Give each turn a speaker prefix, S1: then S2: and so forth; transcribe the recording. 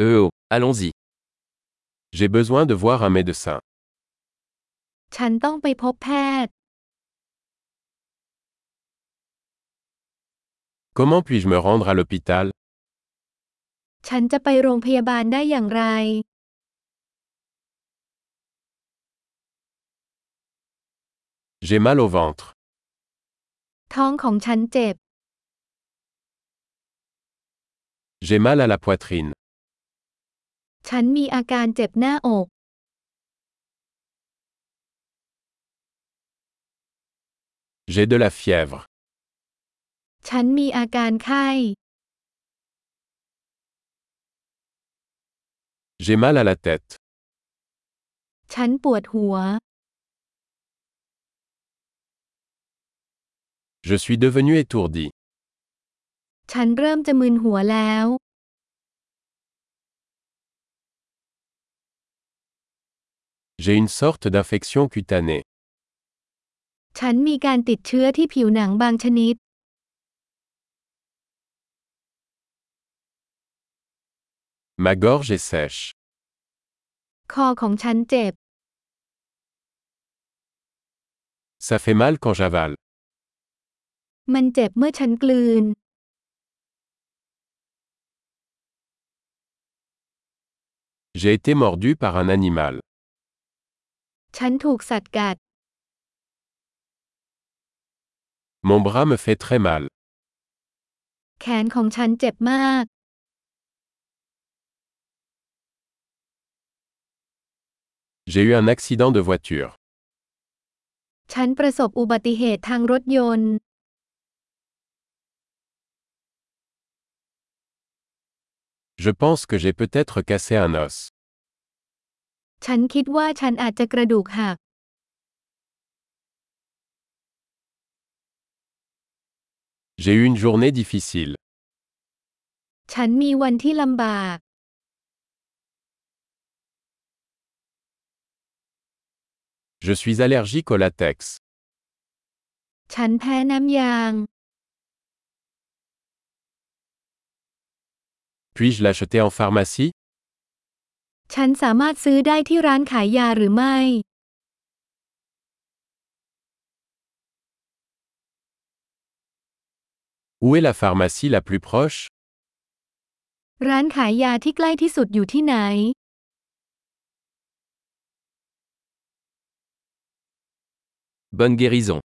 S1: Euh oh, allons-y.
S2: J'ai besoin de voir un médecin.
S3: ฉันต้องไปพบแพทย์
S2: Comment puis-je me rendre à l'hôpital
S3: ฉันจะไปโรงพยาบาลได้อย่างไร
S2: J'ai mal au ventre.
S3: ท้องของฉันเจ็บ
S2: J'ai mal à la poitrine.
S3: ฉันมีอาการเจ็บหน้าอก
S2: J'ai de la fièvre.
S3: ฉันมีอาการไข้
S2: J'ai mal à la tête.
S3: ฉันปวดหัว
S2: Je suis devenu étourdi.
S3: ฉันเริ่มจะมึนหัวแล้ว
S2: J'ai une sorte d'infection cutanée.
S3: ฉันมีการติดเชื้อที่ผิวหนังบางชนิด
S2: Ma gorge est sèche.
S3: คอของฉันเจ็บ
S2: Ça fait mal quand j'avale.
S3: มันเจ็บเมื่อฉันกลืน
S2: J'ai été mordu par un animal.
S3: ฉันถูกสัตว์กัด
S2: Mon bras me fait très mal.
S3: แขนของฉันเจ็บมาก
S2: J'ai eu un accident de voiture.
S3: ฉันประสบอุบัติเหตุทางรถยนต์
S2: Je pense que j'ai peut-être cassé un os.
S3: ฉันคิดว่าฉันอาจจะกระดูกหัก
S2: J'ai eu une journée difficile.
S3: ฉันมีวันที่ลำบาก
S2: Je suis allergique au latex.
S3: ฉันแพ้น้ำยาง
S2: Puis-je l'acheter en pharmacie
S3: ฉันสามารถซื้อได้ที่ร้านขายยาหรือไม่
S2: Où est la pharmacie la plus proche
S3: ร้านขายยาที่ใกล้ที่สุดอยู่ที่ไหน
S1: Bonne guérison.